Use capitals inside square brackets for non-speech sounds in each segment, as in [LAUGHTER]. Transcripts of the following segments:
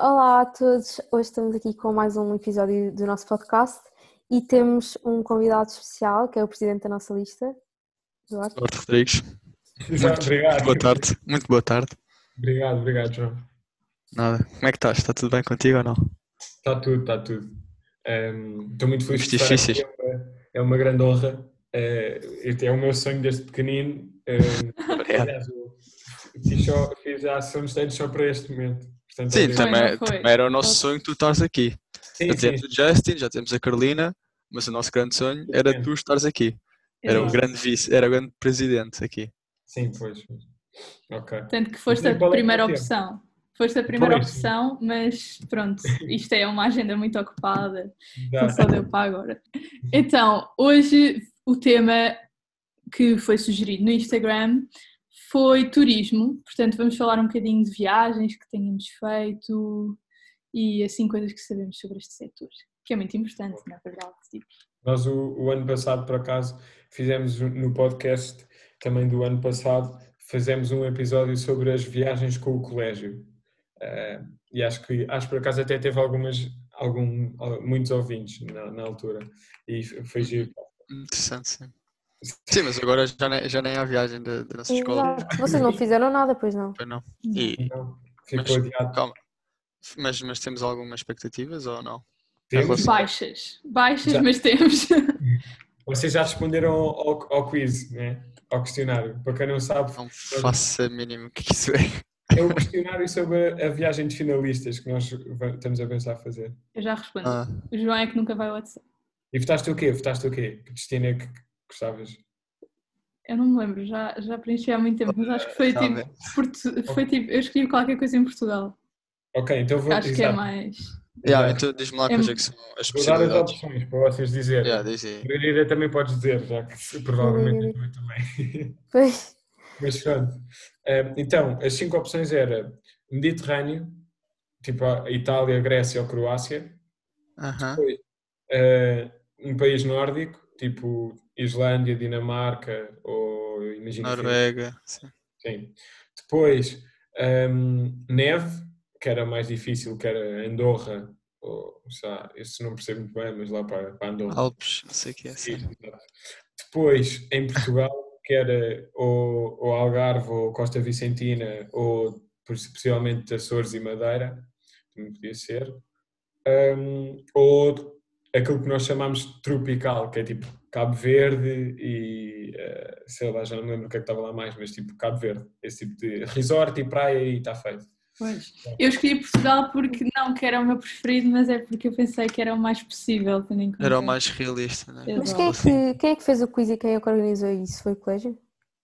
Olá a todos, hoje estamos aqui com mais um episódio do nosso podcast e temos um convidado especial que é o presidente da nossa lista. Eduardo. Eduardo Rodrigues. Exato, obrigado. Muito boa tarde. Muito boa tarde. Obrigado, obrigado, João. Nada. Como é que estás? Está tudo bem contigo ou não? Está Tá tudo, está tudo. Ehm, Estou muito feliz de Tempos estar aqui, difíceis. É uma, é uma grande honra. Eh, este é o meu sonho desde [LAUGHS] pequenino. Ehm, Obrigado. aliás, eu fiz, só, fiz a ação de stage só para este momento. Portanto, Sim, obrigado. também, não foi. também era o nosso sonho que tu estás aqui. Sim, Já sim, temos o Justin, já temos a Carolina, mas o nosso grande sonho era tu estares aqui. Era o Exato. grande vice, era o grande presidente aqui. sim, pois. pois. Ok. Tanto que foste Sim, a qual é que primeira é o teu? opção. Foste a primeira Pois. opção, mas [LAUGHS] pronto, isto é uma agenda muito ocupada, Dá. não só deu para agora. Então, hoje o tema que foi sugerido no Instagram foi turismo, portanto vamos falar um bocadinho de viagens que tenhamos feito e assim coisas que sabemos sobre este setor, que é muito importante, na verdade. tipo. Nós, o, o ano passado, por acaso, fizemos um- no podcast também do ano passado, fizemos um episódio sobre as viagens com o colégio. Eh, e acho que, acho que, por acaso, até teve algumas, algum, al- muitos ouvintes na, na altura. E f- foi giro. Interessante, sim. Sim, mas agora já nem, já nem há viagem da, da nossa escola. Exato. Vocês não fizeram nada, pois não? pois Não. E, Então, mas, ficou adiado. calma. Mas, mas temos algumas expectativas ou não? Temos? Baixas, baixas, Já. mas [LAUGHS] temos. Vocês já responderam ao, ao quiz, né? ao questionário. Para quem não sabe, Não faço a mínima o que isso [LAUGHS] é. é o questionário sobre a, a viagem de finalistas que nós va- estamos a pensar fazer. Eu já respondo. Ah, O João é que nunca vai ao WhatsApp. E votaste o quê? Votaste o quê? Que destino é que que gostavas? Eu não me lembro, já, já preenchi há muito tempo, mas acho que foi tá tipo, bem. Portu- foi tipo. Eu escolhi qualquer coisa em Portugal. Ok, então vou, Acho que é exato. mais. Yeah, então diz-me lá É- quais é que são as vou dar as possibilidades. opções para vocês dizerem. Yeah, diz aí. Margarida também podes dizer, já que se- provavelmente eu também. Pois. [LAUGHS] Mas pronto. Eh, Então, as cinco opções era Mediterrâneo, tipo a Itália, Grécia ou Croácia, Aham. Eh, um país nórdico, tipo Islândia, Dinamarca ou imagina. Noruega. Sim. Sim. Depois, hum, neve, que era mais difícil, que era Andorra, ou sei lá, esse não percebo muito bem, mas lá para, para Andorra. Alpes, não sei o que é. Sim, Sim. exato. Depois, em Portugal, [LAUGHS] que era ou, ou Algarve, ou Costa Vicentina, ou possivelmente Açores e Madeira, também podia ser. Hum, ou aquilo que nós chamamos de tropical, que é tipo Cabo Verde e eh, sei lá, já não me lembro o que é que estava lá mais, mas tipo Cabo Verde, esse tipo de resort e praia e está feito. Pois. Eu escolhi Portugal porque não que era o meu preferido, mas é porque eu pensei que era o mais possível, tendo em conta. Era o mais realista, né? Eu- Mas quem é, que, quem é que fez o quiz e quem é que organizou isso? Foi o colégio?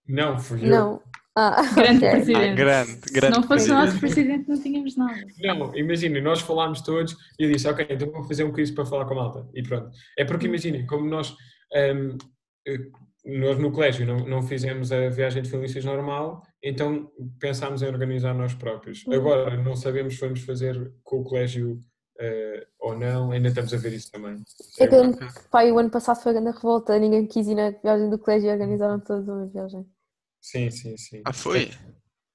Não, fui eu. Não. Ah, [LAUGHS] Grande ok. presidente. Ah, grande, grande Se não fosse o presidente. nosso presidente, não tínhamos nada. Não, imagina, nós falámos todos e eu disse, ok, então vou fazer um quiz para falar com a malta. E pronto. É porque imaginem, como nós, ehm, eh, nós no colégio não, não fizemos a viagem de finalistas normal, então pensámos em organizar nós próprios. Uhum. Agora, não sabemos se vamos fazer com o colégio eh, ou não, ainda estamos a ver isso também. É que eu- pá, e o ano passado foi a grande revolta, ninguém quis ir na viagem do colégio e organizaram todos uma viagem. Sim, sim, sim. Ah, foi?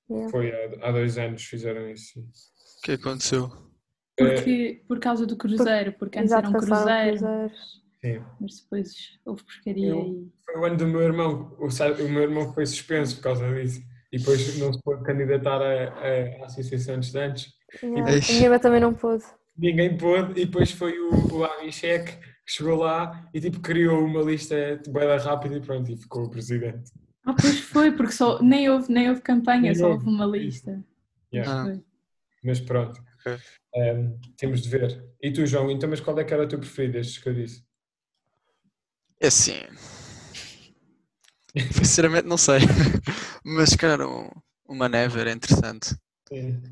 Yeah. Foi há, há dois anos fizeram isso. O que aconteceu? É. Porque, por causa do cruzeiro, porque antes Exato, eram passaram cruzeiros, cruzeiros. Sim. mas depois houve porcaria Eu- e. Foi o ano do meu irmão, o, sa- o meu irmão foi suspenso por causa disso. E depois não se pôde candidatar à- à à Associação de Estudantes. Yeah. Eish. A minha irmã também não pôde. ninguém pôde, e depois foi o, o Abhishek que chegou lá e tipo criou uma lista de boeda rápida e pronto, e ficou o presidente. Ah, pois foi, porque só, nem, houve, nem houve campanha, Nem só houve. houve uma lista. Yeah, Ah. Foi. Mas pronto, Ok. Um, temos de ver. E tu, João, então, mas qual é que era o teu preferido, estes que eu disse? É assim. Sinceramente, não sei. [LAUGHS] Mas, se calhar, um, uma neve era interessante.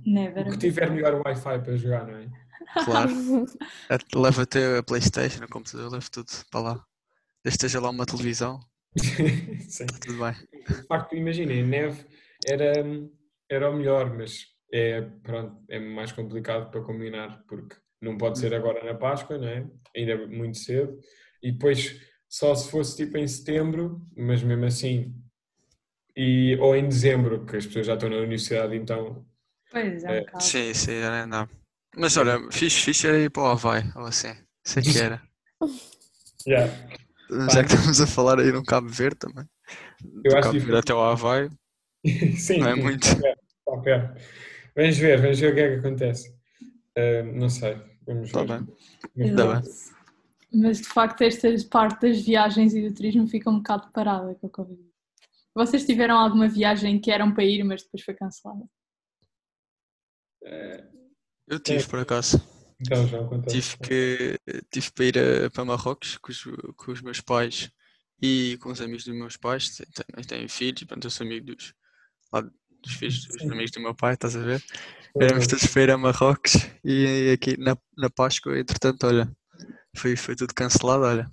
Never. O que tiver melhor Wi-Fi para jogar, não é? [LAUGHS] [LAUGHS] Claro. A- Leva até a Playstation, o computador, leva tudo para lá. Desde que esteja lá uma televisão, Sim. está tudo bem. De facto, imaginem, neve era, era o melhor, mas é, pronto, é mais complicado para combinar, porque não pode ser agora na Páscoa, não é? Ainda é muito cedo, e depois só se fosse tipo em setembro, mas mesmo assim, e, ou em dezembro, que as pessoas já estão na universidade, então Ah. Pois é, um É, bocado. Sim, sim, já nem dá. Mas olha, fixe, fixe era ir para o Havaí, ou assim. Sei que era. Yeah. Já que estamos a falar aí no Cabo Verde também. Do acho Cabo difícil. Verde até o Havaí, [LAUGHS] Sim, não é sim, muito. qualquer. Vamos ver, vamos ver o que é que acontece. Ah, não sei, vamos Está ver. bem. Vamos Tá ver. bem. Mas de facto, estas parte das viagens e do turismo fica um bocado parada com a Covid. Vocês tiveram alguma viagem que eram para ir, mas depois foi cancelada? Ah, Eu tive, por acaso. Então, João, acontece. Tive que tive para ir a- para Marrocos com os, com os meus pais e com os amigos dos meus pais. Tem- tem- Eles têm filhos, portanto, eu sou amigo dos, lá dos filhos dos Sim. amigos do meu pai, estás a ver? Éramos todos para ir a Marrocos e aqui na, na Páscoa, entretanto, olha, foi, foi tudo cancelado, olha.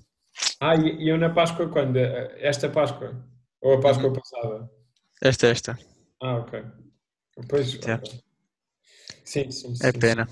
Ah, e e eu na Páscoa quando? Ah, Esta Páscoa? Ou a Páscoa Uhum. passada? Esta, esta. Ah, ok. Pois, ok. Certo. Sim, sim, sim. É pena.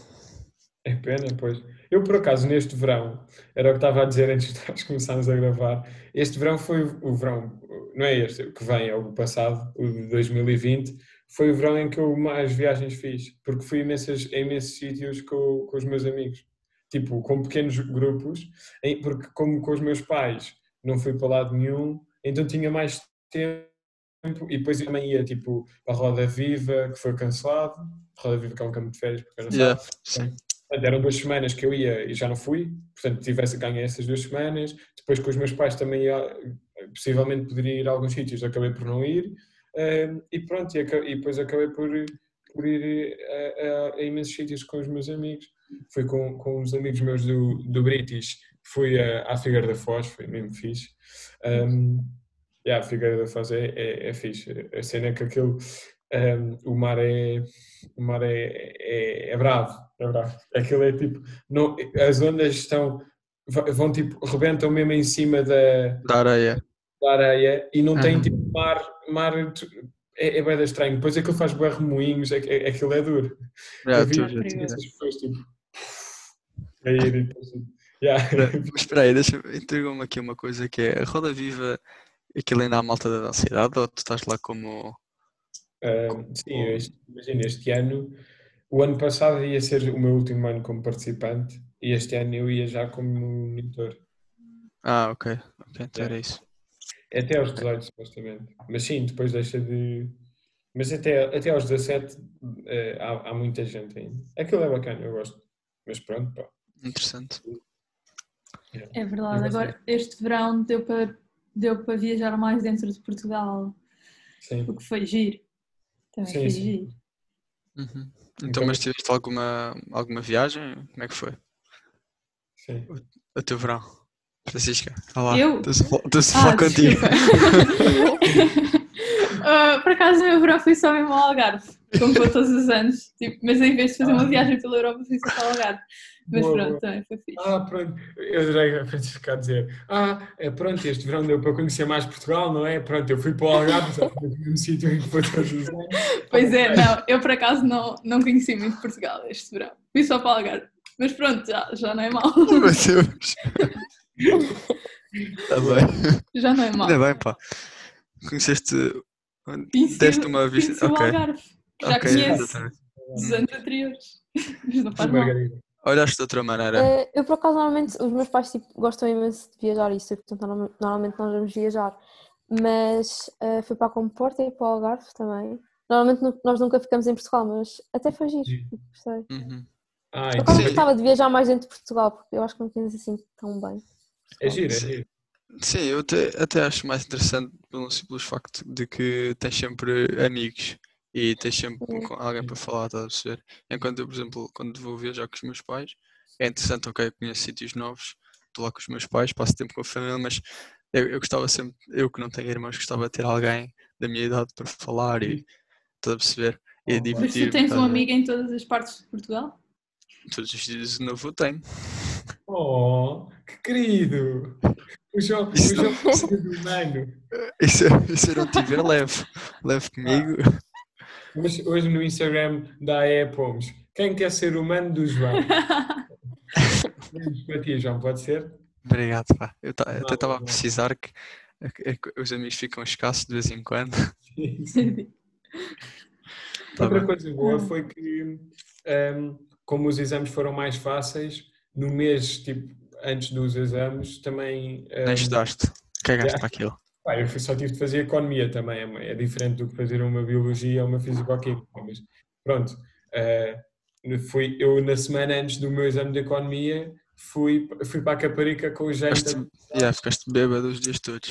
É pena, pois. Eu, por acaso, neste verão, era o que estava a dizer antes de nós começarmos a gravar, este verão foi o o verão, não é este, o que vem, é o passado, o de 2020, foi o verão em que eu mais viagens fiz, porque fui imensas, a imensos sítios com, com os meus amigos, tipo, com pequenos grupos, em- porque como com os meus pais não fui para lado nenhum, então tinha mais tempo, e depois eu também ia, tipo, para a Roda Viva, que foi cancelado, Roda Viva que é um campo de férias, porque eu não Yeah, sim. Portanto, eram duas semanas que eu ia e já não fui, portanto tivesse ganho essas duas semanas. Depois com os meus pais também ia, possivelmente poderia ir a alguns sítios, acabei por não ir. Ahm, e pronto, e, aca- e depois acabei por, por ir ah, a, a- a imensos sítios com os meus amigos. Fui com, com os amigos meus do, do British, fui a- à Figueira da Foz, foi mesmo fixe. Ahm, yeah, a Figueira da Foz é, é, é fixe. A cena é que aquilo, ahm, o mar é, o mar é, é, é bravo, é bravo. Aquilo é tipo, não, as ondas estão, va- vão tipo, rebentam mesmo em cima da, Da areia. da areia e não tem Aham. tipo mar, mar tu- é, é bem estranho. Depois aquilo faz bué remoinhos, é, é, aquilo é duro. Yeah, Eu vi tu- as crianças. Essas pessoas tipo, a ir e depois, tipo, yeah. Mas espera aí, deixa intrigou-me aqui uma coisa que é a Roda Viva, aquilo ainda há malta da nossa idade, ou tu estás lá como. É. Ah, sim, este- imagina, este ano, o ano passado ia ser o meu último ano como participante e este ano eu ia já como monitor. Ah, ok. Ok, então era isso. É Até aos 18, supostamente. Mas sim, depois deixa de. Mas até, até aos 17 eh, há, há muita gente ainda. Aquilo é bacana, eu gosto. Mas pronto, pá. Interessante. É E verdade, você? agora este verão deu para, deu para viajar mais dentro de Portugal, Sim. o que foi giro. Também Sim, foi sim. giro. Uhum. Então- Então, mas tiveste alguma, alguma viagem? Como é que foi? sim. O teu verão? Francisca, olá. Eu? Estou-se a fal- estou-se a Ah, falar contigo. desculpa. [LAUGHS] Ah, por acaso, o meu verão foi só mesmo ao Algarve, como foi todos os anos. Tipo, mas em vez de fazer uma viagem pela Europa, fui só para o Algarve. Ah. Mas Boa, pronto, boa. também foi fixe. Ah, pronto. Eu adorei a Francisca a dizer. Ah, é pronto, este verão deu para conhecer mais Portugal, não é? Pronto, eu fui para o Algarve, já fui no mesmo sítio em que foi todos os anos. [LAUGHS] Pois é, não, eu por acaso não, não conheci muito Portugal este verão. Fui só para o Algarve. Mas pronto, já, já não é mal. [LAUGHS] Oh, Meu Deus. [LAUGHS] Está Tá bem. Já não é mal. Ainda bem, pá. Conheceste. Conheci- Deste uma vista. conheci o ok. Algarve. que Já ok, conheço exatamente. dos anos anteriores. [LAUGHS] Mas não faz mal. Margarida. Olhaste de outra maneira. Eh, eu, por acaso, normalmente, os meus pais tipo, gostam imenso de viajar e isso, tipo, portanto, norma- normalmente nós vamos viajar. Mas eh, fui para a Comporta e para o Algarve também. Normalmente nu- nós nunca ficamos em Portugal, mas até foi giro, Sim. tipo, gostei. É. Uhum. Ah, Por então, acaso Sim. gostava de viajar mais dentro de Portugal, porque eu acho que não conheço assim tão bem. é giro, é giro. Sim, eu até, até acho mais interessante pelo simples facto de que tens sempre amigos e tens sempre Sim. com alguém para falar, estás a perceber? Enquanto eu, por exemplo, quando vou viajar com os meus pais, é interessante, ok, conheço sítios novos, estou lá com os meus pais, passo tempo com a família, mas eu, eu gostava sempre, eu que não tenho irmãos, gostava de ter alguém da minha idade para falar e estás a perceber? E Mas tu Mas tu divertir-me, tens tá estás um a ver? amigo em todas as partes de Portugal? [LAUGHS] Todos os dias de novo eu tenho. Oh, que querido! O João, o Isso João precisa de um ano. Isso, é, isso um eu não tiver, levo. Levo comigo. Hoje, hoje no Instagram da AE Pomos. Quem quer ser humano do [LAUGHS] João? Beijos Para ti, João, pode ser? [LAUGHS] Obrigado, pá. Eu ta- até Nada, estava a nada. precisar que, é que- é que os amigos ficam escassos de vez em quando. Sim. Tá Outra bem. Tá coisa boa foi que ahm, ehm, como os exames foram mais fáceis, no mês, tipo, antes dos exames, também. eh, Nem estudaste. Cagaste para aquilo. Pá, eu fui- só tive de fazer economia também, é, é diferente do que fazer uma biologia ou uma físico-química, mas pronto. eh, fui, eu, na semana antes do meu exame de economia, fui, fui para a Caparica com o jeito. [LAUGHS] Ficaste, yeah, ficaste bêbado os dias todos.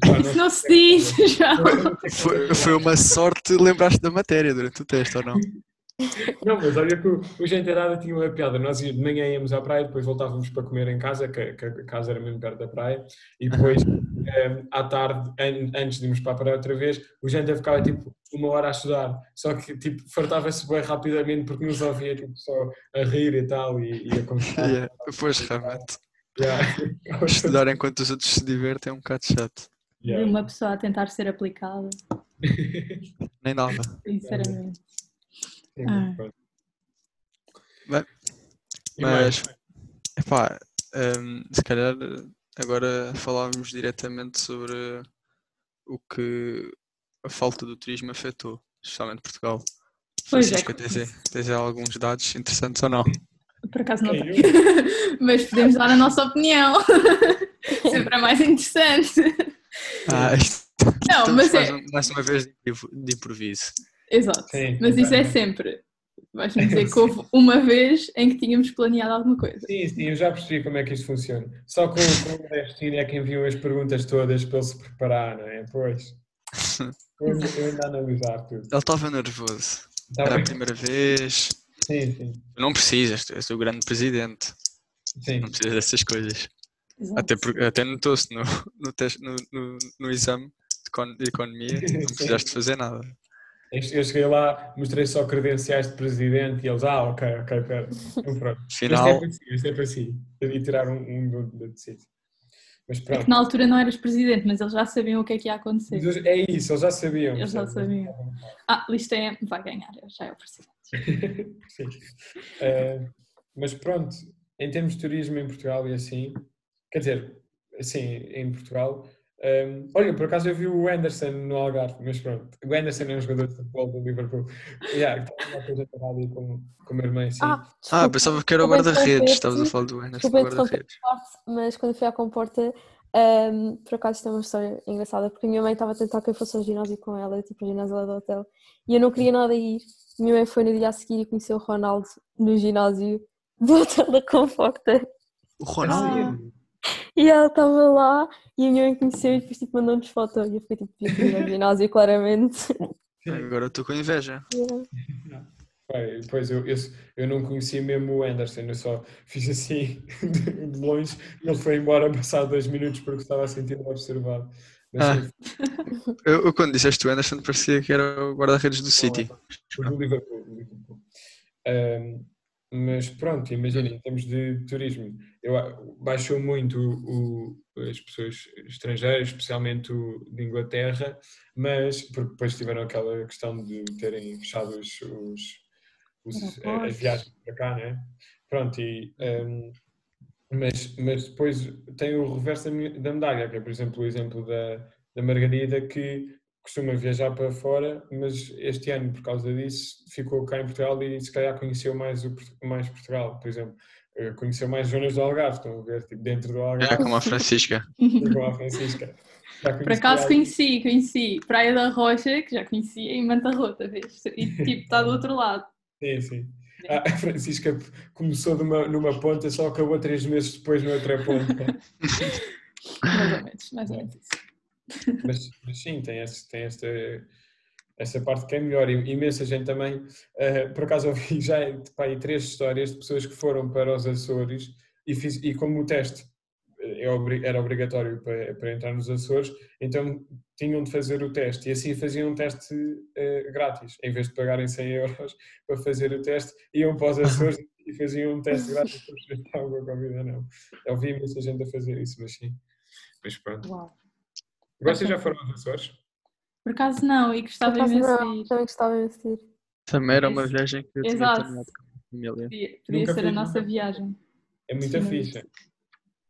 Pá, Isso não se Tá diz, já. [LAUGHS] Foi, foi uma sorte lembraste da matéria durante o teste, ou não? Não, mas olha que o, o Jantarada tinha uma piada. Nós ia- de manhã íamos à praia, depois voltávamos para comer em casa, que, que a casa era mesmo perto da praia, e depois eh, à tarde, an- antes de irmos para a praia outra vez, o Janta ficava tipo uma hora a estudar, só que tipo fartava-se bem rapidamente porque nos ouvia tipo, só a rir e tal, e, e a conversar. Yeah, pois realmente. [LAUGHS] Yeah. Estudar enquanto os outros se divertem é um bocado chato. De Yeah. uma pessoa a tentar ser aplicada, [LAUGHS] Nem nada. sinceramente. Sim, Ah. Então, pronto. Bem, E mais? mas- Epá, hum, se calhar agora falávamos diretamente sobre o que a falta do turismo afetou, especialmente Portugal. Pois é. Francisco, tens, aí- tens aí alguns dados interessantes ou não? Por acaso não Quem, tenho. [LAUGHS] Mas podemos dar a nossa opinião. [LAUGHS] Sempre é mais interessante. Ah, isto, Não, estamos mas mais, é- um- mais uma vez de improv- de improviso. Exato. Sim, Mas isso é claro. sempre. [LAUGHS] Vais-me dizer que houve uma vez em que tínhamos planeado alguma coisa. Sim, sim, eu já percebi como é que isto funciona. Só que o que o Destino é quem enviou as perguntas todas para ele se preparar, não é? Pois. Eu eu ainda a analisar tudo. Ele estava nervoso. Tá Era a bem? primeira vez. Sim, sim. Não precisas, tu és é o grande presidente. Sim, Não precisas dessas coisas. Exato. Até, porque- até notou-se no, no, teste- no, no, no exame de econ- de [LAUGHS] economia, não precisaste fazer nada. eu eu cheguei lá, mostrei só credenciais de presidente e eles, ah, ok, ok, pera. Então, pronto. Este é Afinal, para si, este é para si. E tiraram um do, do, de si. Mas É pronto. que na altura não eras presidente, mas eles já sabiam o que é que ia acontecer. Mas É isso, eles já sabiam. Eles já percebes? sabiam. Ah, Listeia vai ganhar, já é o presidente. [LAUGHS] Sim. Eh, mas pronto, em termos de turismo em Portugal e assim, quer dizer, assim, em Portugal. ehm, olha, por acaso eu vi o Anderson no Algarve, mas pronto. O Anderson é um jogador de futebol do Liverpool. Yeah, estava uma coisa errada aí com, com o meu irmão, assim. Ah, ah, desculpa, pensava que era o Desculpa guarda-redes. interromper-te. Estavas a falar do Anderson Desculpa guarda-redes. mas quando fui à comporta, ahm, por acaso isto é uma história engraçada, porque a minha mãe estava a tentar que eu fosse ao ginásio com ela, tipo ao ginásio lá do hotel, e eu não queria nada ir. A Minha mãe foi no dia a seguir e conheceu o Ronaldo no ginásio [LAUGHS] do hotel da comporta. O Ronaldo? Ronaldo? Ah. E ela estava lá e a minha mãe conheceu e depois tipo, mandou-nos foto. E eu fiquei tipo, devia ter ido ao ginásio, [LAUGHS] claramente. Agora estou com inveja. Bem, Pois eu, eu, eu não conhecia mesmo o Anderson, eu só fiz assim [LAUGHS] de de longe e ele foi embora passado dois minutos porque estava a sentir observado. Mas Ah. sim, Eu, eu quando disseste o Anderson parecia que era o guarda-redes do City. O do Liverpool. do Liverpool. Ahm, mas pronto, imagina, em termos de turismo, eu, a- baixou muito o, o- as pessoas estrangeiras, especialmente o de Inglaterra, mas porque depois tiveram aquela questão de terem fechado os, os- os- eh, Aeroportos. as viagens para cá, né? Pronto, e, ahm, mas, mas depois tem o reverso da me- da medalha, que é, por exemplo, o exemplo da, da Margarida, que costuma viajar para fora, mas este ano, por causa disso, ficou cá em Portugal e se calhar conheceu mais, o, Port- mais Portugal, por exemplo. Eh, Conheceu mais zonas do Algarve, estão a ver, tipo, dentro do É Algarve, como a Francisca. igual a Francisca. Já Por conheceu acaso algo- conheci, conheci Praia da Rocha, que já conhecia, e Mantarrota, outra vez. E tipo, está do outro lado. Sim, sim. A a Francisca começou numa, numa ponta, só acabou três meses depois noutra ponta. Mais ou menos, mais ou menos isso. mas, mas sim, tem, esse, tem esta, essa parte que é melhor. E Imensa gente também. eh, por acaso, ouvi já pá, aí três histórias de pessoas que foram para os Açores e, fiz, e como o teste eh, é obri- era obrigatório para, para entrar nos Açores, então tinham de fazer o teste. E assim faziam um teste eh, grátis. Em vez de pagarem 100 euros [LAUGHS] para fazer o teste, iam para os Açores e faziam um teste grátis para ver se estavam com a Covid ou não. Eu vi imensa gente a fazer isso, mas sim. Mas pronto. Uau. Vocês já foram aos Açores? Por acaso não, e Por gostava acaso, imenso não, de ir. também gostava imenso de ir. Também era uma Esse- viagem que eu tinha Exato. planeado com a minha família. Podia, podia Nunca ser a fiz, nossa nunca fiz. viagem. É muita Sim. ficha.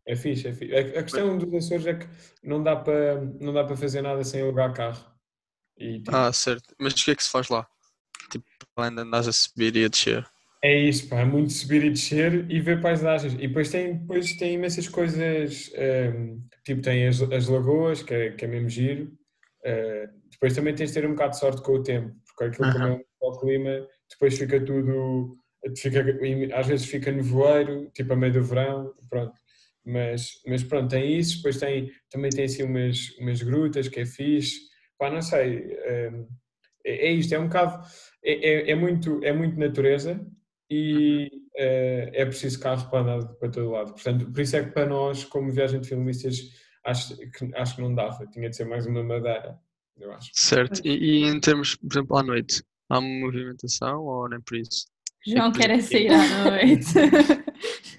É ficha, é ficha. A a questão dos Açores é que não dá para não dá para fazer nada sem alugar carro. E tipo, Ah, certo. Mas o que é que se faz lá? Tipo, além de andares a subir e a descer. É isso, pá, é muito subir e descer e ver paisagens. E depois tem, depois tem imensas coisas, ehm, tipo tem as, as lagoas, que é, que é mesmo giro. Eh, depois também tens de ter um bocado de sorte com o tempo, porque aquilo como é um mau clima, depois fica tudo, fica, às vezes fica nevoeiro, tipo a meio do verão, pronto. Mas, mas pronto, tem isso, depois tem, também tem assim umas, umas grutas que é fixe. Pá, não sei, ehm, é, é isto, é um bocado, é, é, é muito, é muito natureza, e eh, é preciso carro para andar para todo lado. Portanto, por isso é que para nós, como viagem de finalistas, acho que, acho que não dava. Tinha de ser mais uma madeira, eu acho. Certo. E, e em termos, por exemplo, à noite, há movimentação ou nem por isso? João É que- quer é sair à noite.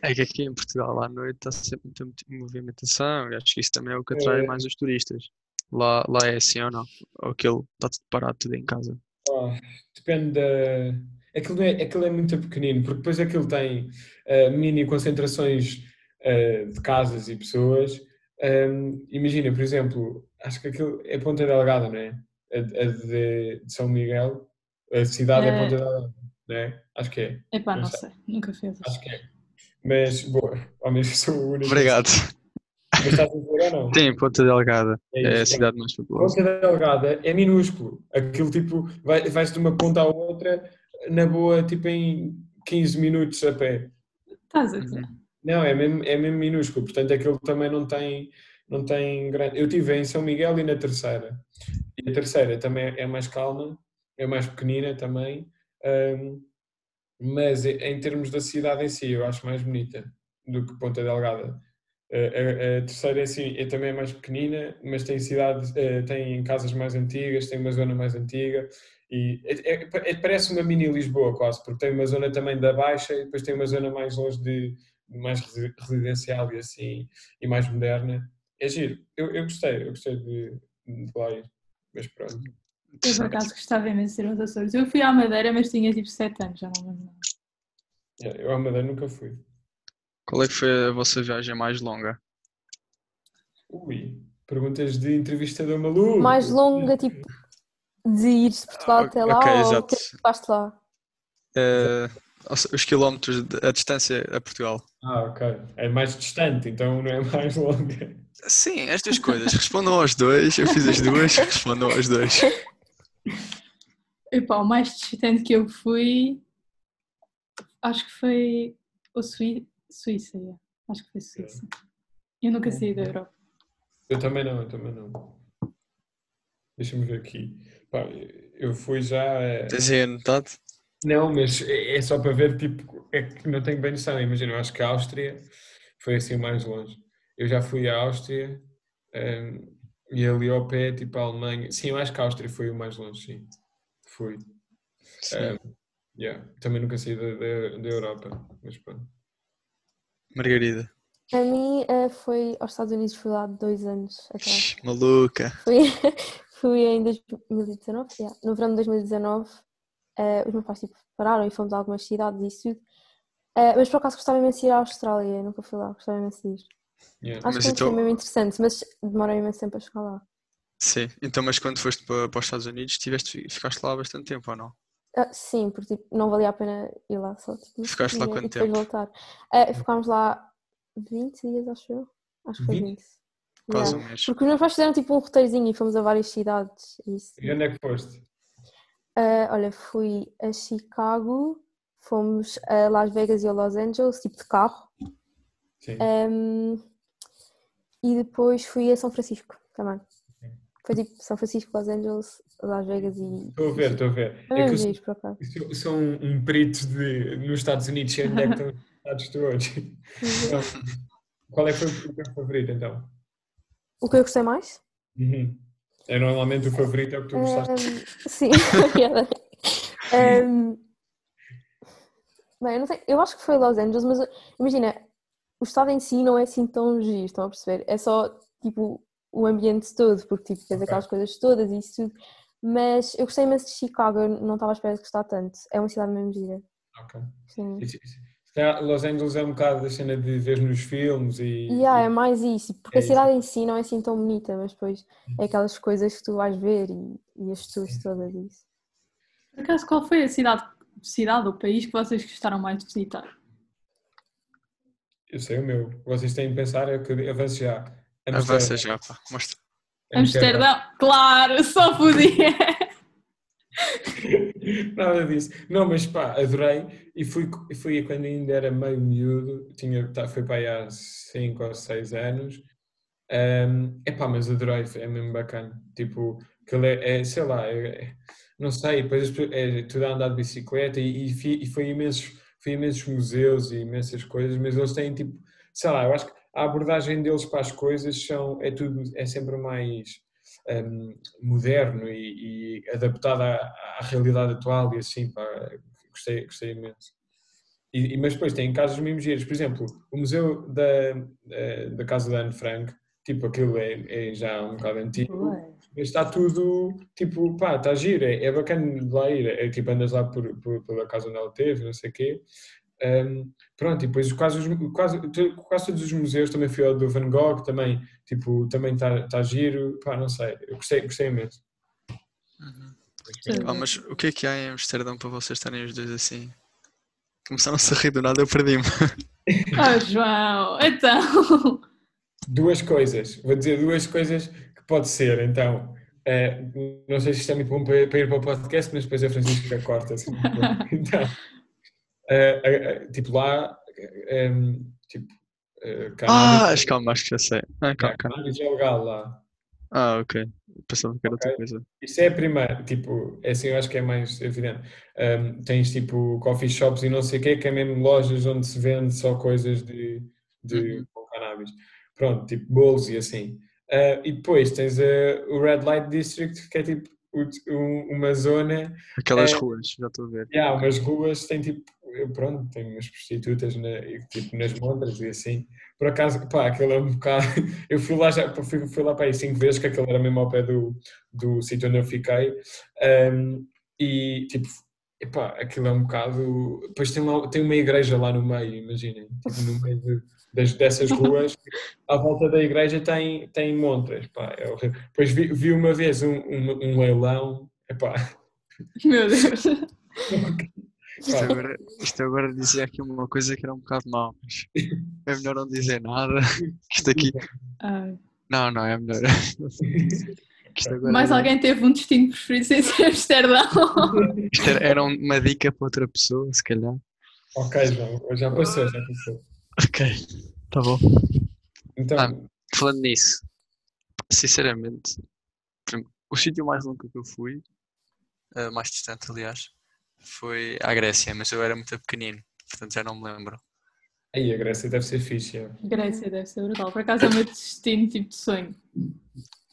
É que aqui em Portugal à noite está sempre muita moti- movimentação e acho que isso também é o que atrai É. mais os turistas. Lá, lá é assim ou não? Ou aquilo está tudo parado tudo em casa? Ah, depende da. Aquilo, não é, aquilo é muito pequenino, porque depois aquilo tem ah, mini concentrações ah, de casas e pessoas. Ahm, imagina, por exemplo, acho que aquilo é Ponta Delgada, não é? A, a de, de São Miguel, a cidade é É. Ponta Delgada, não é? Acho que é. [LAUGHS] Epá, Não não sei, nunca fez isso. Acho que é. Mas, boa, ao menos [LAUGHS] sou o único. Obrigado. Mas estás a ver ou não? Sim, Ponta Delgada é a isso. cidade mais A populosa. Ponta Delgada é minúsculo. Aquilo tipo, vai, vais de uma ponta à outra, na boa, tipo em 15 minutos a pé. Estás a Uhum. dizer. Não, é mesmo, é mesmo minúsculo. Portanto, aquilo também não tem, não tem grande. Eu estive em São Miguel e na terceira. E a terceira também é mais calma, é mais pequenina também. ahm, mas em- em termos da cidade em si, eu acho mais bonita do que Ponta Delgada. A, a- a terceira é, assim, é também é mais pequenina, mas tem cidades, eh, tem casas mais antigas, tem uma zona mais antiga e é- é- é- parece uma mini Lisboa quase, porque tem uma zona também da Baixa e depois tem uma zona mais longe de mais resi- residencial e assim e mais moderna. É giro, eu, eu gostei, eu gostei de, de lá ir, mas pronto. Eu por Certo. acaso gostava imenso de ir aos Açores. Eu fui à Madeira, mas tinha tipo 7 anos, já não me lembro. É, Eu à Madeira nunca fui. Qual é que foi a vossa viagem mais longa? Ui, perguntas de entrevistador maluco. Mais longa, tipo, de ir de Portugal Ah, até ok, lá ou o exato. que é que fazes lá? Eh, ou se- os quilómetros, de- a distância a Portugal. Ah, ok. É mais distante, então não é mais [LAUGHS] longa. Sim, as duas coisas. Respondam aos dois. Eu fiz as [LAUGHS] duas, respondam aos dois. Epá, o mais distante que eu fui, acho que foi a Sui... Suíça. é. Acho que foi Suíça. Eu nunca saí da Europa. Eu também não, eu também não. Deixa-me ver aqui. Pá, eu fui já. eh, Tens aí anotado? Não, mas é é só para ver, tipo, é que não tenho bem noção. Imagina, eu acho que a Áustria foi assim o mais longe. Eu já fui à Áustria, ehm, e ali ao pé, tipo, a Alemanha. Sim, eu acho que a Áustria foi o mais longe, sim. Fui. hum, Sim. Yeah. Também nunca saí da, da, da Europa, mas pronto. Margarida. A mim eh, foi aos Estados Unidos, fui lá dois anos atrás. Maluca. Fui, [LAUGHS] fui em 2019, yeah, no verão de 2019, eh, os meus pais tipo, pararam e fomos a algumas cidades e isso tudo. Eh, mas por acaso gostava imenso de ir à Austrália, nunca fui lá, gostava imenso de ir. Yeah. Acho Mas que então- foi mesmo interessante, mas demorou imenso tempo a chegar lá. Sim, então, mas quando foste para, para os Estados Unidos, tiveste, ficaste lá há bastante tempo ou não? Ah, sim, porque tipo, não valia a pena ir lá só. Tipo, Ficaste lá e- quanto e depois tempo? voltar. Eh, ficámos lá 20 dias, acho eu. Acho que foi 20? 20. Quase Yeah. um mês. Porque os meus pais fizeram tipo um roteirozinho e fomos a várias cidades. e Isso. E onde é que foste? Ah, olha, fui a Chicago, fomos a Las Vegas e a Los Angeles, tipo de carro, Sim. É, Ahm, e depois fui a São Francisco também. Foi tipo São Francisco, Los Angeles, Las Vegas e. Estou a ver, estou a ver. Foi É que eu mesmo sou- giro, por acaso. sou, sou um, um perito de, nos Estados Unidos, sei onde é que estão os Estados todos. Então, qual é que foi o teu favorito, então? O que eu gostei mais? Uhum. É normalmente o favorito é o que tu gostaste. Ahm, sim, [LAUGHS] obrigada. Ahm, bem, eu não sei, eu acho que foi Los Angeles, mas imagina, o estado em si não é assim tão giro, estão a perceber? É só tipo o ambiente todo, porque tipo, tens Ok. aquelas coisas todas e isso tudo. Mas eu gostei imenso de Chicago, eu não estava à espera de gostar tanto. É uma cidade mesmo gira. Ok. Gostei imenso. Isso- isso. Se calhar Los Angeles é um bocado da cena de ver nos filmes e. E yeah, é mais isso, porque É Uhum. a cidade em si não é assim tão bonita, mas depois é aquelas coisas que tu vais ver e, e as tuas todas isso. Por acaso, qual foi a cidade cidade ou país que vocês gostaram mais de visitar? Eu sei o meu. Vocês têm de pensar, eu que avanço já. Avança já, pá. Mostra. Amsterdão, claro, só podia. [LAUGHS] Nada disso. Não, mas pá, adorei. E fui, e fui quando ainda era meio miúdo, tinha, tá, foi para aí há 5 ou 6 anos. É epá, mas adorei, é mesmo bacana. Tipo, que é, é, sei lá, é- não sei, depois as pessoas- é, tudo a andar de bicicleta e, e, fi- e foi, imensos, foi imensos museus e imensas coisas, mas eles têm tipo, sei lá, eu acho que a abordagem deles para as coisas são, é tudo, é sempre mais hum, moderno e, e adaptado à, à realidade atual e assim, pá, gostei, gostei imenso. E, e- mas depois tem casos mesmo giros, por exemplo, o museu da, eh, da casa da Anne Frank, tipo aquilo é, é já um bocado antigo, mas está tudo, tipo, pá, está giro, é, é bacana de lá ir, é, tipo, andas lá por, por- pela casa onde ela teve, não sei o quê. Ahm, pronto, e depois quase, os- quase, to- quase todos os museus, também fui ao do Van Gogh, também, tipo, também está tá giro, pá, não sei, eu gostei, gostei imenso. Ah, mas o que é que há em Amsterdão para vocês estarem os dois assim? Começaram-se a rir do nada, eu perdi-me. [LAUGHS] Oh, João, então. [LAUGHS] Duas coisas, vou dizer duas coisas que pode ser, então, eh, não sei se isto é muito bom para, para ir para o podcast, mas depois a Francisca corta, assim, então... eh, eh, eh, tipo lá, eh, em, tipo, eh, Ah, cannabis- acho calma, acho que já sei. Ah, calma, calma. cannabis é legal lá. Ah, ok. Pensava que era outra Ok. coisa. Isso é a primeira, tipo, é assim eu acho que é mais evidente. Ahm, tens tipo coffee shops e não sei o quê, que é mesmo lojas onde se vende só coisas de, de com cannabis. Pronto, tipo bolos e assim. Ah, e depois tens ah, o Red Light District, que é tipo o- um- uma zona Aquelas É. ruas, já estou a ver. e há umas ruas, tem tipo, pronto, tem umas prostitutas na, e, tipo, nas montras e assim. Por acaso, pá, aquele é um bocado. [LAUGHS] Eu fui lá já, fui, fui lá para aí cinco vezes, que aquele era mesmo ao pé do, do sítio onde eu fiquei. Ahm, e tipo, epá, aquilo é um bocado. Depois tem, lá, tem uma igreja lá no meio, imaginem, tipo, no meio de- das, dessas ruas. À volta da igreja tem, tem montras, pá, é horrível. Depois vi, vi uma vez um, um, um leilão, epá, Meu Deus. Isto pá, agora, isto agora dizia aqui uma coisa que era um bocado mau, mas é melhor não dizer nada. [LAUGHS] que Isto aqui. Ai. Não, não, é melhor. Que Isto agora Mais era- alguém teve um destino preferido sem ser Amsterdão? Isto era, era uma dica para outra pessoa, se calhar. Ok, João, já passou, já passou. Ok, tá bom. Então, Ah. Falando nisso, sinceramente, por exemplo, o sítio mais longe que eu fui, eh, mais distante, aliás, foi à Grécia, mas eu era muito pequenino, portanto já não me lembro. aí a Grécia deve ser fixe. é. Grécia deve ser brutal. Por acaso é o meu destino tipo de sonho.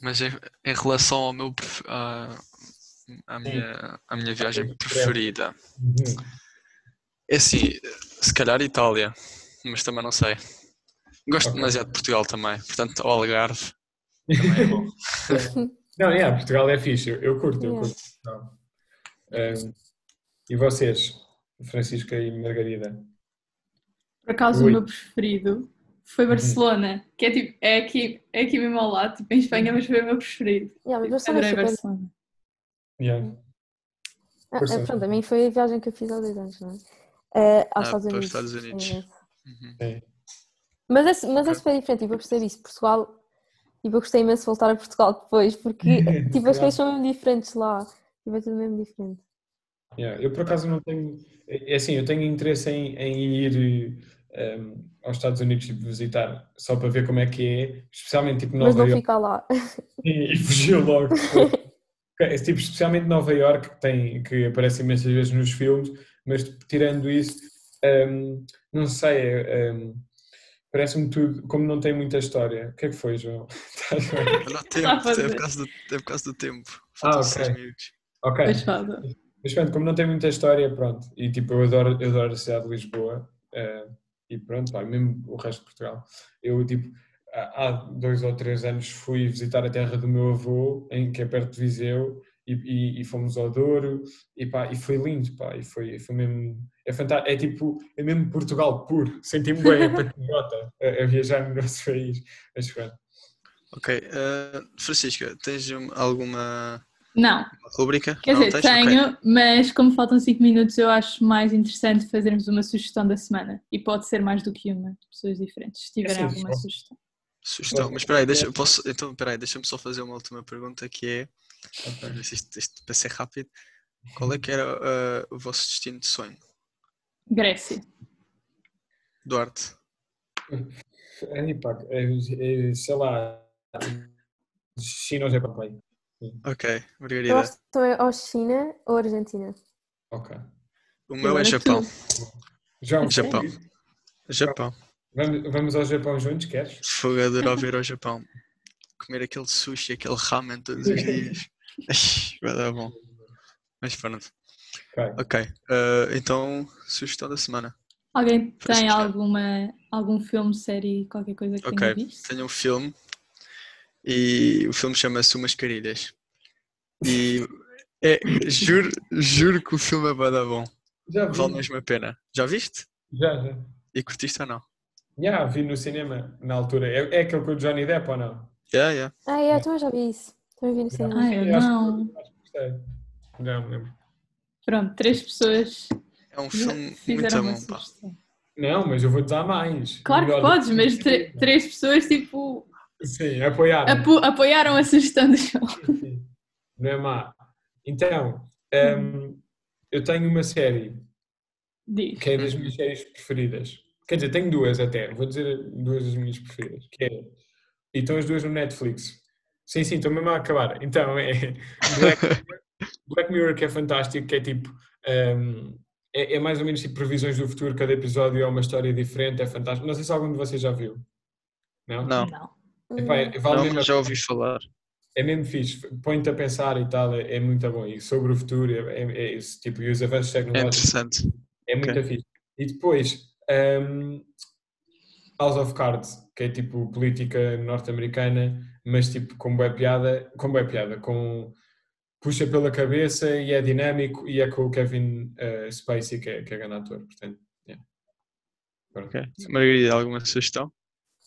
Mas em, em relação ao meu pref- à- à minha, à minha viagem preferida, Uhum. é assim, se calhar Itália, mas também não sei. Gosto Ok. demasiado de Portugal também, portanto, o Algarve também é bom. [LAUGHS] Não, é, Portugal é fixe, eu, eu curto, eu Yeah. curto Portugal. Ahm, e vocês, Francisca e Margarida? Por acaso Ui. Uhum. o meu preferido foi Barcelona, que é tipo, é aqui, é aqui mesmo ao lado, tipo em Espanha, mas foi o meu preferido. Yeah, mas Barcelona é Adorei super- Barcelona. Yeah. Ah, Barcelona. ah, pronto, a mim foi a viagem que eu fiz há dois anos, não é? Eh, aos Ah, Estados para os Unidos. Estados Unidos. sim. é Uhum. Mas, é, mas é super diferente, tipo, eu gostei disso. Portugal, tipo, eu gostei imenso de voltar a Portugal depois, porque tipo, as Claro. coisas são mesmo diferentes lá. Tipo, é tudo mesmo diferente. Yeah, Eu por acaso não tenho. É é assim, eu tenho interesse em, em ir eh, um, aos Estados Unidos tipo, visitar, só para ver como é que é, especialmente tipo mas Nova não Iorque fica lá. e [LAUGHS] e fugiu logo. É, tipo, especialmente Nova Iorque, que, tem, que aparece imensas vezes nos filmes, mas tipo, tirando isso, hum, não sei, é, hum, parece-me tudo, como não tem muita história. O que é que foi, João? [LAUGHS] Estás bem? Não há tempo, Tá a é fazer? Ah, por causa do, é por causa do tempo. Faltam seis ok. minutos. ok, Pois foda. mas pronto, como não tem muita história, pronto. E tipo, eu adoro, eu adoro a cidade de Lisboa eh, e pronto, pá, mesmo o resto de Portugal. Eu tipo, há há dois ou três anos fui visitar a terra do meu avô, em, que é perto de Viseu, e, e- e fomos ao Douro, e pá, e foi lindo, pá, e foi, foi mesmo, é fantástico, é tipo, é mesmo Portugal puro, senti-me bem, a patriota, a, a viajar no nosso país, mas pronto. Ok, eh, Francisca, tens um- alguma Não, Uma rubrica? quer Não dizer, tens? Ok. tenho, mas como faltam 5 minutos, eu acho mais interessante fazermos uma sugestão da semana. E pode ser mais do que uma, de pessoas diferentes, se tiverem sim, alguma sim. sugestão. Sugestão. Ok. Mas espera aí, deixa, posso, então, espera aí, deixa-me só fazer uma última pergunta que é, para ver se isto, isto para ser rápido, qual é que era ah, o vosso destino de sonho? Grécia. Duarte, Ai, pá, é- é, sei lá, é China ou Japão? pai? ok, Eu Margarida. acho que também ou China ou Argentina. Ok. O meu Agora é tu. Japão. João, Japão. Japão. Vamos, vamos ao Japão juntos, queres? Fogo, adorava ir ao Japão. Comer aquele sushi, aquele ramen todos os dias. Ai, Vai dar bom. Mas pronto. Ok. Ok. ah, então, sugestão da semana. Alguém Faz tem sugestão. alguma, algum filme, série, qualquer coisa que tenha Ok. visto? Tenho um filme e o filme chama-se Umas Carilhas. E é, juro, juro que o filme é bué da bom. Já Vale vi. mesmo a pena. Já viste? Já, já. E curtiste ou não? Já, vi no cinema, na altura. É, é aquele com o Johnny Depp ou não? Yeah, yeah. Ah, é, também já vi isso. Também vi no Já. cinema. Ah, eu acho que- não. acho que gostei. Já me lembro. Pronto, três pessoas É um filme muito fizeram uma bom, pá. sugestão. Não, mas eu vou-te dar mais. Claro que Melhor- podes, mas tre- três pessoas, tipo, Sim, apoiar. apo- apoiaram a sugestão do João. Não é má. Então, hum, eu tenho uma série [LAUGHS] Diz. que é das minhas séries preferidas. Quer dizer, tenho duas até, vou dizer duas das minhas preferidas. Que é, e estão as duas no Netflix. Sim, sim, estou mesmo a acabar. Então, é [LAUGHS] Black, Black Mirror, que é fantástico, que é tipo. hum, é, é mais ou menos tipo previsões do futuro, cada episódio é uma história diferente, é fantástico. Não sei se algum de vocês já viu. Não? Não, Epá, é- vale não, mesmo a mas já ouvi falar. é mesmo fixe, põe-te a pensar e tal, é, é muito bom. E sobre o futuro, é, é, é isso, tipo, e os avanços É tecnológicos, interessante. é, muito ok. fixe. E depois, hum, House of Cards, que é tipo política norte-americana, mas tipo com boa piada, com boa piada, com puxa pela cabeça e é dinâmico e é com o Kevin eh, Spacey, que é, que é grande ator, [LAUGHS] portanto. yeah. Pronto. Ok. Margarida, alguma sugestão?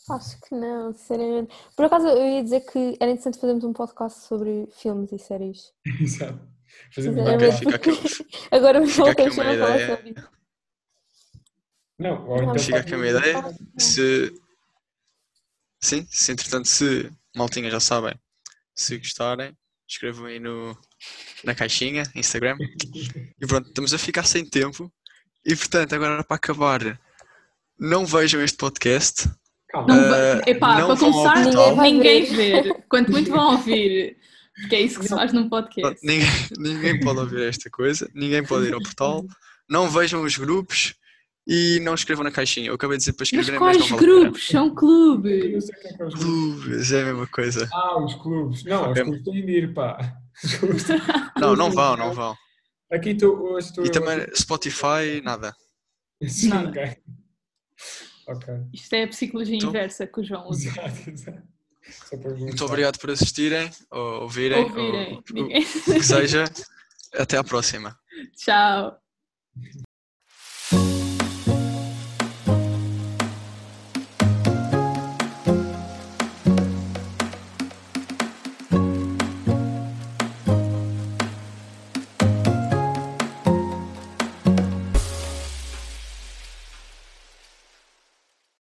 Hum, Acho que não, sinceramente. Por acaso, eu ia dizer que era interessante fazermos um podcast sobre filmes e séries. Exato. Fazemos Sinceramente, Ok, mais- fica aqui- porque é [LAUGHS] Agora me fica aqui voltei a uma chamar a falar ideia. sobre isso. Não, ou então Fica aqui uma fazemos- ideia. Se. Sim, se entretanto, se. Maltinha, já sabem. Se gostarem, escrevam aí no, na caixinha, Instagram. E pronto, estamos a ficar sem tempo. E portanto, agora para acabar, não vejam este podcast. Não, Calma. va- Eh, epá, não para vão ao começar, portal. Ninguém ninguém vai ver. [LAUGHS] Quanto muito vão ouvir. Porque é isso que se faz num podcast. Ninguém, ninguém pode ouvir esta coisa, ninguém pode ir ao portal. Não vejam os grupos e não escrevam na caixinha. Eu acabei de dizer para Mas escreverem, mas não quais vale a pena. grupos? São Eu não clubes. sei o que é que é os meus- Clubes, é a mesma coisa. Ah, os clubes. Não, os Ok. clubes têm de ir, pá. Os clubes têm- Não, não vão, não vão. Aqui estou hoje. Estou E eu também aqui. Spotify, nada. [LAUGHS] Sim, Nada. ok. Ok. [LAUGHS] Isto é a psicologia Então- inversa que o João [LAUGHS] usa. Exato, exato. Só para Muito começar. obrigado por assistirem, ou ouvirem, ou- [LAUGHS] Ouvirem. ou, Ninguém. o que seja. Até à próxima. Tchau.